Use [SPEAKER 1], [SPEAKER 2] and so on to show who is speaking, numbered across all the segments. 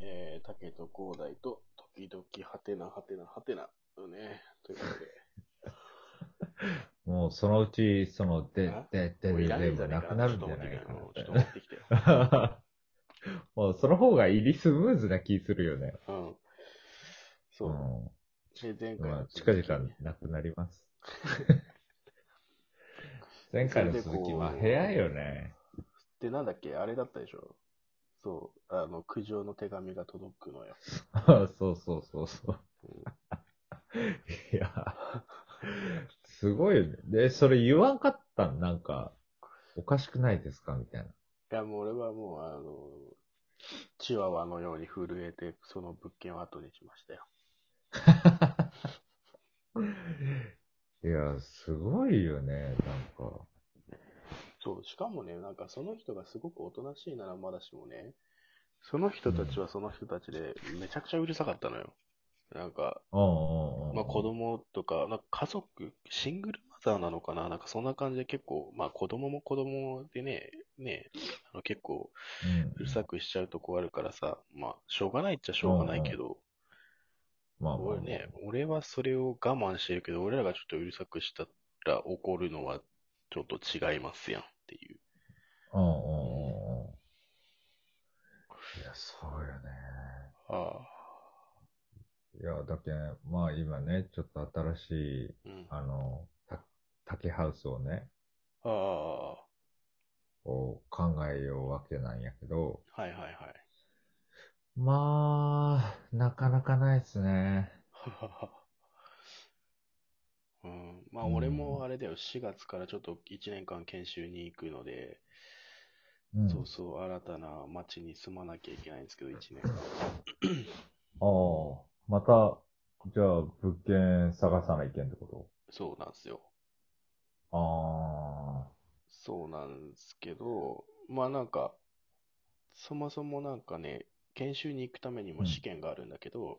[SPEAKER 1] えっ、と、広大と、時々、はてな、はてな、はてな、のね。ということで。
[SPEAKER 2] もうそのうち、その、で
[SPEAKER 1] あ、
[SPEAKER 2] で、で、
[SPEAKER 1] もうい
[SPEAKER 2] で、
[SPEAKER 1] ら
[SPEAKER 2] で
[SPEAKER 1] んじ
[SPEAKER 2] も
[SPEAKER 1] ゃねえ
[SPEAKER 2] な
[SPEAKER 1] か
[SPEAKER 2] く
[SPEAKER 1] な
[SPEAKER 2] な
[SPEAKER 1] ちょ
[SPEAKER 2] る
[SPEAKER 1] っ
[SPEAKER 2] んじ
[SPEAKER 1] と
[SPEAKER 2] ゃ
[SPEAKER 1] 持って
[SPEAKER 2] な
[SPEAKER 1] き
[SPEAKER 2] い
[SPEAKER 1] て
[SPEAKER 2] かなっ
[SPEAKER 1] ちょってと持って きて。
[SPEAKER 2] もうその方が入りスムーズな気するよね。
[SPEAKER 1] うん。そうう。
[SPEAKER 2] ん。
[SPEAKER 1] で前回
[SPEAKER 2] まあ
[SPEAKER 1] の、
[SPEAKER 2] 近
[SPEAKER 1] 続き
[SPEAKER 2] 々なくなります。前回の続き、まあ部屋よね。
[SPEAKER 1] で、なんだっけあれだったでしょそう。あの、苦情の手紙が届くのよ。
[SPEAKER 2] あそうそうそうそう。いや、すごいよね。で、それ言わんかったんなんか、おかしくないですかみたいな。
[SPEAKER 1] いや、もう俺はもう、あの、チワワのように震えて、その物件を後にしましたよ。
[SPEAKER 2] いや、すごいよね、なんか。
[SPEAKER 1] そう、しかもね、なんかその人がすごくおとなしいならまだしもね、その人たちはその人たちで、めちゃくちゃうるさかったのよ。なんか、
[SPEAKER 2] うんうんうん。
[SPEAKER 1] まあ子供とか、なんか家族、シングルマザーなのかななんかそんな感じで結構、まあ子供も子供でね、ね、あの結構
[SPEAKER 2] うん
[SPEAKER 1] うるさくしちゃうとこあるからさ、まあしょうがないっちゃしょうがないけど、
[SPEAKER 2] まあまあまあ
[SPEAKER 1] 俺ね、俺はそれを我慢してるけど、俺らがちょっとうるさくしたら怒るのはちょっと違いますやんっていう。
[SPEAKER 2] うんうんうんうん。いや、そうよね。
[SPEAKER 1] あ
[SPEAKER 2] いや、だけんまあ今ね、ちょっと新しい、
[SPEAKER 1] あ、うん。あ
[SPEAKER 2] あの、た竹ハウスをね、
[SPEAKER 1] あ、は
[SPEAKER 2] こう考えようわけなんやけど、
[SPEAKER 1] いはいはい。
[SPEAKER 2] まあ、なかなかないですね。
[SPEAKER 1] うん、まあ
[SPEAKER 2] うん
[SPEAKER 1] 俺もあれだよ、4月からちょっと1年間研修に行くので、
[SPEAKER 2] うん、
[SPEAKER 1] そうそう、新たな町に住まなきゃいけないんですけど、1年間。
[SPEAKER 2] ああ、また、じゃあ、物件探さないけんってこ
[SPEAKER 1] そうなんですよ。
[SPEAKER 2] とあ
[SPEAKER 1] そうなんですけど、まあなんか、そもそもなんかね、研修に行くためにも試験があるんだけど、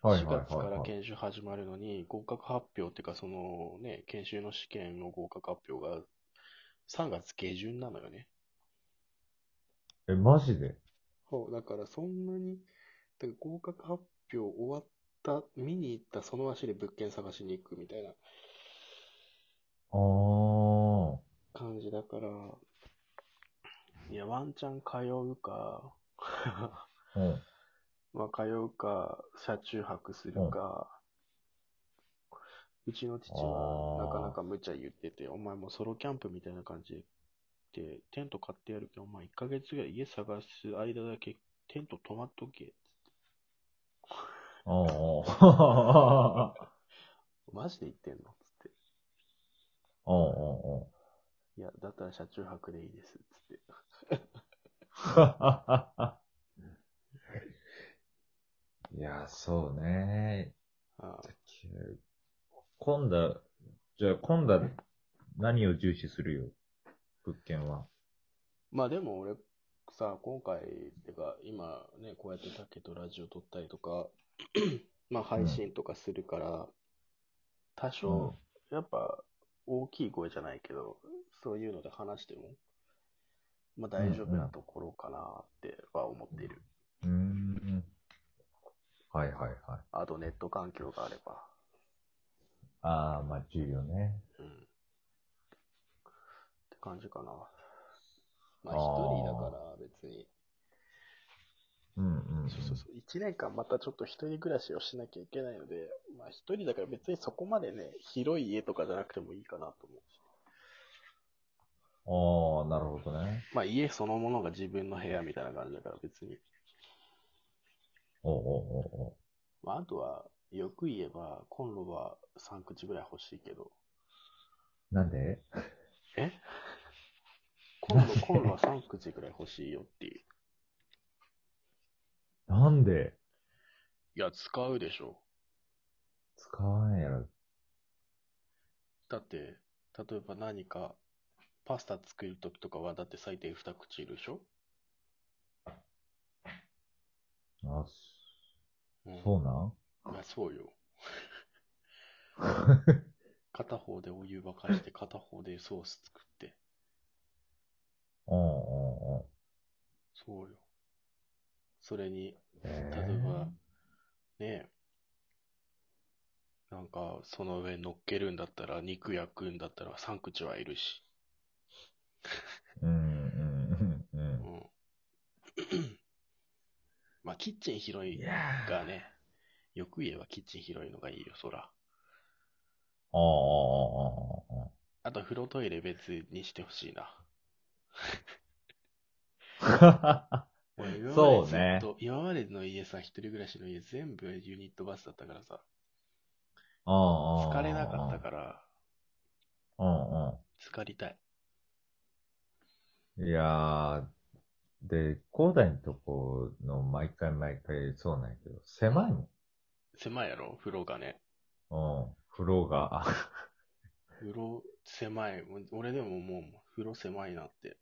[SPEAKER 2] あ、はい
[SPEAKER 1] 4
[SPEAKER 2] はい
[SPEAKER 1] 月か
[SPEAKER 2] はい、
[SPEAKER 1] ら
[SPEAKER 2] はい。
[SPEAKER 1] 研修始まるのに、合格発表っていうか、そのね、研修の試験の合格発表が3月下旬なのよね。
[SPEAKER 2] え、マジで
[SPEAKER 1] そう、だからそんなに、だから合格発表終わった、見に行ったその足で物件探しに行くみたいな
[SPEAKER 2] ああ、
[SPEAKER 1] 感じだから、いや、ワンチャン通うか、
[SPEAKER 2] うん。
[SPEAKER 1] まあ通うか、車中泊するか、うちの父は
[SPEAKER 2] あー
[SPEAKER 1] なかなか無茶言ってて、お前もうソロキャンプみたいな感じで、テント買ってやるけど、お前1ヶ月ぐらい家探す間だけテント泊まっとけ。
[SPEAKER 2] ああ、
[SPEAKER 1] マジで言ってんのつって。
[SPEAKER 2] ああ、
[SPEAKER 1] いや、だったら車中泊でいいです。つって。
[SPEAKER 2] いや、そうね。
[SPEAKER 1] ああ
[SPEAKER 2] 今度、じゃあ今度、何を重視するよ物件は。
[SPEAKER 1] まあでも俺さ、今回、てか今ね、こうやって竹とラジオ撮ったりとか、 まあ配信とかするから、多少、やっぱ大きい声じゃないけど、そういうので話しても、まあ大丈夫なところかなっては思っている。
[SPEAKER 2] うーん。はいはいはい。
[SPEAKER 1] あとネット環境があれば。
[SPEAKER 2] ああ、まあ重要ね。
[SPEAKER 1] うん。って感じかな。まあ
[SPEAKER 2] あー
[SPEAKER 1] 一人だから別に。
[SPEAKER 2] うんうんうん。
[SPEAKER 1] そうそうそう。1年間またちょっと一人暮らしをしなきゃいけないので、まあ一人だから別にそこまでね、広い家とかじゃなくてもいいかなと思うし。
[SPEAKER 2] ああ、なるほどね。
[SPEAKER 1] まあ家そのものが自分の部屋みたいな感じだから別に。
[SPEAKER 2] おうおうおうおう
[SPEAKER 1] まああとは、よく言えば、コンロは3口ぐらい欲しいけど。
[SPEAKER 2] なんで
[SPEAKER 1] えコン ロ、コンロは3口ぐらい欲しいよっていう。
[SPEAKER 2] なんで
[SPEAKER 1] いや、使うでしょ。
[SPEAKER 2] 使わんやろ。
[SPEAKER 1] だって、例えば何か、パスタ作るときとかは、だって最低2口いるでしょ、
[SPEAKER 2] あ、
[SPEAKER 1] うん
[SPEAKER 2] そそうなん
[SPEAKER 1] いや、そうよ。片方でお湯沸かして、片方でソース作って。
[SPEAKER 2] おうおうおう
[SPEAKER 1] そうよ。それに、
[SPEAKER 2] え
[SPEAKER 1] 例えば、ねえ、なんか、その上に乗っけるんだったら、肉焼くんだったら、3口はいるし。
[SPEAKER 2] うん、うん、うん、
[SPEAKER 1] う。
[SPEAKER 2] うん
[SPEAKER 1] まあ、キッチン広
[SPEAKER 2] ん。い
[SPEAKER 1] い
[SPEAKER 2] やー。
[SPEAKER 1] がね、よく言えばキッチン広いのがいいよ、そら。
[SPEAKER 2] ああ、
[SPEAKER 1] あと、風呂トイレ別にしてほしいな。俺今まで
[SPEAKER 2] そうね
[SPEAKER 1] ずっと今までの家さ、一人暮らしの家全部ユニットバスだったからさ、疲
[SPEAKER 2] 疲
[SPEAKER 1] れなかった。から、
[SPEAKER 2] うんう
[SPEAKER 1] 疲りたい。
[SPEAKER 2] ん。いやー、で、広大のとこの毎回毎回そうなんやけど、狭い
[SPEAKER 1] 狭いやろ、風呂がね。
[SPEAKER 2] もん。うん。風 呂が。
[SPEAKER 1] 風呂狭い。俺でももう、風呂狭いなって。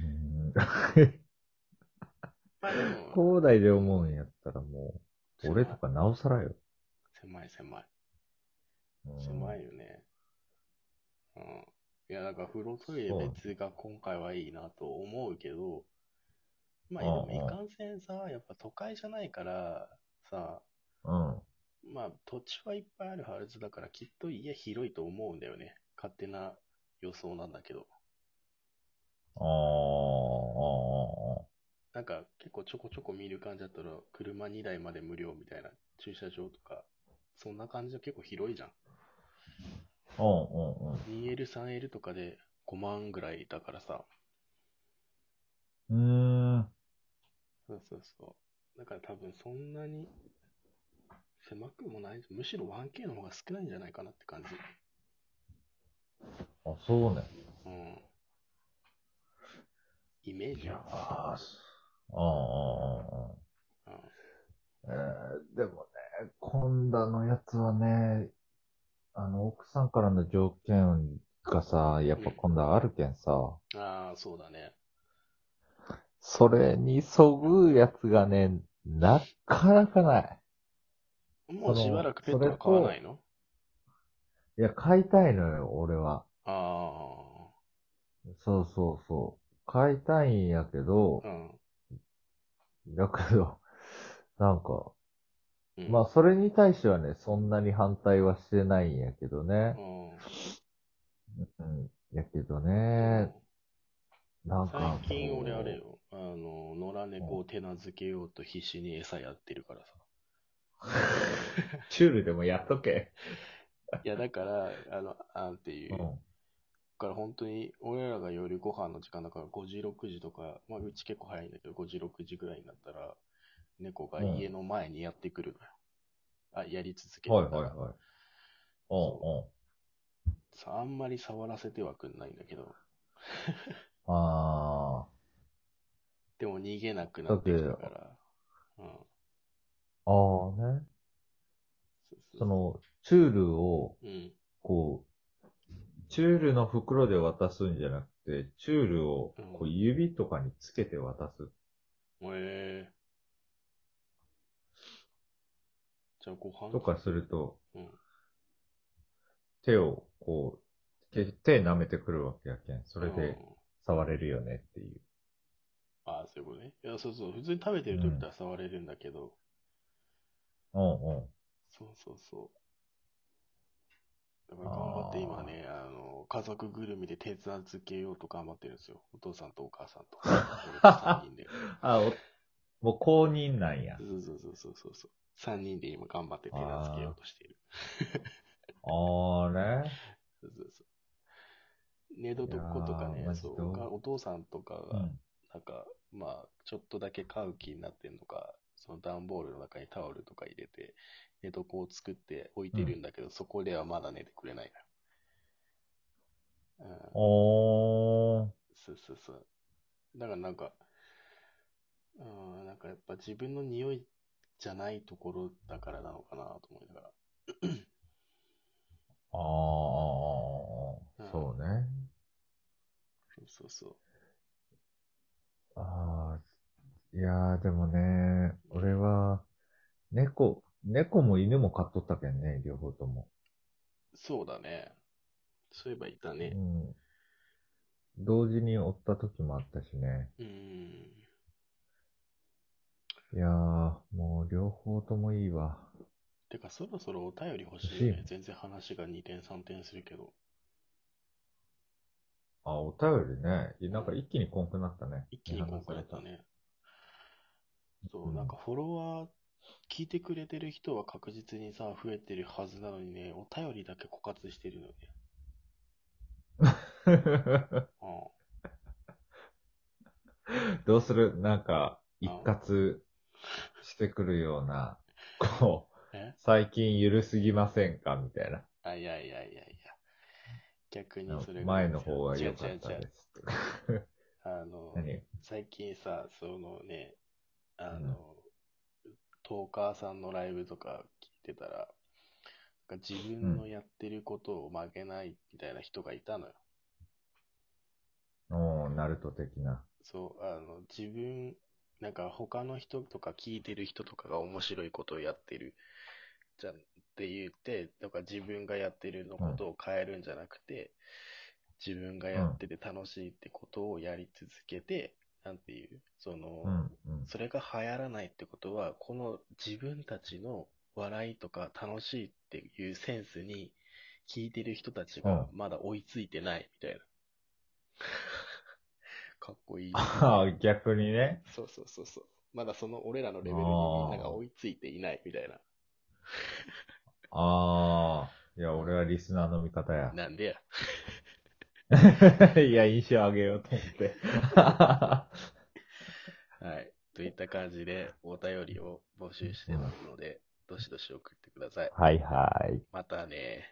[SPEAKER 2] うん
[SPEAKER 1] まあでも、
[SPEAKER 2] 広大で思うんやったらもう、俺とかなおさらよ。
[SPEAKER 1] 狭い狭い。
[SPEAKER 2] うん
[SPEAKER 1] 狭いよね。うん。いや、なんか風呂トイレ別が今回はいいなと思うけど、まあ、でも
[SPEAKER 2] うんうん
[SPEAKER 1] いかんせんさ、やっぱ都会じゃないから、さ、
[SPEAKER 2] うん。
[SPEAKER 1] まあ、土地はいっぱいあるはずだから、きっと家広いと思うんだよね。勝手な予想なんだけど。
[SPEAKER 2] あーあー、あ
[SPEAKER 1] なんか、結構ちょこちょこ見る感じだったら、車2台まで無料みたいな駐車場とか、そんな感じで結構広いじゃん。
[SPEAKER 2] ーうんうんうん。
[SPEAKER 1] 2L、3L とかで5万ぐらいだからさ。
[SPEAKER 2] うーん。
[SPEAKER 1] そうそうそう。だから多分そんなに狭くもない。むしろ 1K の方が少ないんじゃないかなって感じ。
[SPEAKER 2] あ、そうね。
[SPEAKER 1] うん。イメー
[SPEAKER 2] い
[SPEAKER 1] ジ
[SPEAKER 2] やー、
[SPEAKER 1] は。
[SPEAKER 2] ああ、あ
[SPEAKER 1] う
[SPEAKER 2] あ。
[SPEAKER 1] ん
[SPEAKER 2] えーでもね、今度のやつはね、あの、奥さんからの条件がさ、やっぱ今度あるけんさ、
[SPEAKER 1] ああ、そうだね。
[SPEAKER 2] それにそぐうやつがね、なかなかない。
[SPEAKER 1] もう
[SPEAKER 2] その
[SPEAKER 1] しばらくペットは飼わないの
[SPEAKER 2] いや、買いたいのよ、俺は。
[SPEAKER 1] あ
[SPEAKER 2] そうそうそう。買いたいんやけど
[SPEAKER 1] あ、、うん。
[SPEAKER 2] だけど、なんか、
[SPEAKER 1] うん、
[SPEAKER 2] まあ、それに対してはね、そんなに反対はしてないんやけどね
[SPEAKER 1] う。ん。
[SPEAKER 2] うん。やけどね、なんか
[SPEAKER 1] 最。近俺あれ。よ、あの、野良猫を手なずけようと必死に餌やってるからさ。
[SPEAKER 2] チュールでもやっとけ。
[SPEAKER 1] いや、だから、あの、あんていうう、
[SPEAKER 2] ん。
[SPEAKER 1] だから本当に、俺らが夜ご飯の時間だから5時、6時とか、まあうち結構早いんだけど、5時、6時ぐらいになったら、猫が家の前にやってくるのよ。あ、やり続けてた
[SPEAKER 2] はい
[SPEAKER 1] ら
[SPEAKER 2] はいはい。うんうん。
[SPEAKER 1] さあんまり触らせてはくんないんだけど、
[SPEAKER 2] あ
[SPEAKER 1] でも逃げなくなってきたから、うん。
[SPEAKER 2] あ、ああね。
[SPEAKER 1] そうそう
[SPEAKER 2] その、チュールを、
[SPEAKER 1] うん。
[SPEAKER 2] こう、チュールの袋で渡すんじゃなくて、チュールを
[SPEAKER 1] うん
[SPEAKER 2] こう指とかにつけて渡す。
[SPEAKER 1] ええじゃあご飯
[SPEAKER 2] とかすると、
[SPEAKER 1] うん
[SPEAKER 2] 手をこう、手手舐めてくるわけやけん。それ
[SPEAKER 1] うん
[SPEAKER 2] で触れるよねっていう。
[SPEAKER 1] ああ、そういうことね。いや、そうそう。普通に食べてる時とは触れるんだけど、
[SPEAKER 2] うんうん。
[SPEAKER 1] そうそうそう。だから頑張って今ね、あの、家族ぐるみで手伝づけようと頑張ってるんですよ。お父さんとお母さんと。俺と3人で。
[SPEAKER 2] あ、おもう公認なんや。
[SPEAKER 1] そうそうそうそうそうそう。3人で今頑張って手助けようとしている。
[SPEAKER 2] ああね。
[SPEAKER 1] そうそうそう。寝床とか
[SPEAKER 2] い
[SPEAKER 1] ね
[SPEAKER 2] や
[SPEAKER 1] そ
[SPEAKER 2] ー、マジど
[SPEAKER 1] う
[SPEAKER 2] う
[SPEAKER 1] おか、お父さんとか
[SPEAKER 2] う
[SPEAKER 1] が、
[SPEAKER 2] ん。
[SPEAKER 1] なんか、まあ、ちょっとだけ買う気になってんのか、その段ボールの中にタオルとか入れて、寝床を作って置いてるんだけど、そこではまだ寝てくれないのよ。うん
[SPEAKER 2] おー。
[SPEAKER 1] そうそうそう。だからなんか、うん、なんかやっぱ自分の匂いじゃないところだからなのかなと思いながら。
[SPEAKER 2] あーあー、あーあーそうね。
[SPEAKER 1] そうそうそう。
[SPEAKER 2] ああ、いやーでもね、俺は、猫、猫も犬も飼っとったけんね、両方とも。
[SPEAKER 1] そうだね。そういえばいた
[SPEAKER 2] う
[SPEAKER 1] ね。
[SPEAKER 2] ん。同時に追った時もあったしね。
[SPEAKER 1] うん。
[SPEAKER 2] いやー、もう両方ともいいわ。
[SPEAKER 1] てか、そろそろお便り欲しいよね
[SPEAKER 2] 欲。
[SPEAKER 1] 全然話が2点3点するけど。
[SPEAKER 2] あ、お便りね。いやなんか一気にこんくなったね。
[SPEAKER 1] 一気に今回や ったね。そうう、
[SPEAKER 2] ん
[SPEAKER 1] なんかフォロワー、聞いてくれてる人は確実にさ、増えてるはずなのにね、お便りだけ枯渇してるのね。
[SPEAKER 2] 話された。
[SPEAKER 1] うん。
[SPEAKER 2] どうするなんか、一括してくるよ うな、こう、
[SPEAKER 1] え
[SPEAKER 2] 最近ゆるすぎませんかみたいな。
[SPEAKER 1] あ、いやいやいやいや。逆にそれ
[SPEAKER 2] 前の方は良
[SPEAKER 1] よ
[SPEAKER 2] かった
[SPEAKER 1] 違う違う違
[SPEAKER 2] で
[SPEAKER 1] う
[SPEAKER 2] す。とか
[SPEAKER 1] あの、
[SPEAKER 2] 何
[SPEAKER 1] 最近さ、そのね、あの、トーカーさんのライブとか聞いてたら、なんか自分のやってることを曲げないみたいな人がいたのよ。
[SPEAKER 2] おー、ナルト的な。
[SPEAKER 1] そう、あの、自分、なんか他の人とか聞いてる人とかが面白いことをやってるじゃんって言って、だから自分がやってるのことを変えるんじゃなくて、自分がやってて楽しいってことをやり続けて、なんていう、その、
[SPEAKER 2] うん、うん。
[SPEAKER 1] それが流行らないってことは、この自分たちの笑いとか楽しいっていうセンスに、聞いてる人たちがまだ追いついてないみたいな。 かっこいい。
[SPEAKER 2] ああ、逆にね。
[SPEAKER 1] そうそうそうそう。まだその俺らのレベルに
[SPEAKER 2] あー
[SPEAKER 1] みんなが追いついていないみたい
[SPEAKER 2] ああ、いや、俺はリスナーの味方や
[SPEAKER 1] な。。なんでや。
[SPEAKER 2] いや、印象あげようと 思って。
[SPEAKER 1] はい。といった感じで、お便りを募集してますので、どしどし送ってください。
[SPEAKER 2] はいはい。
[SPEAKER 1] またね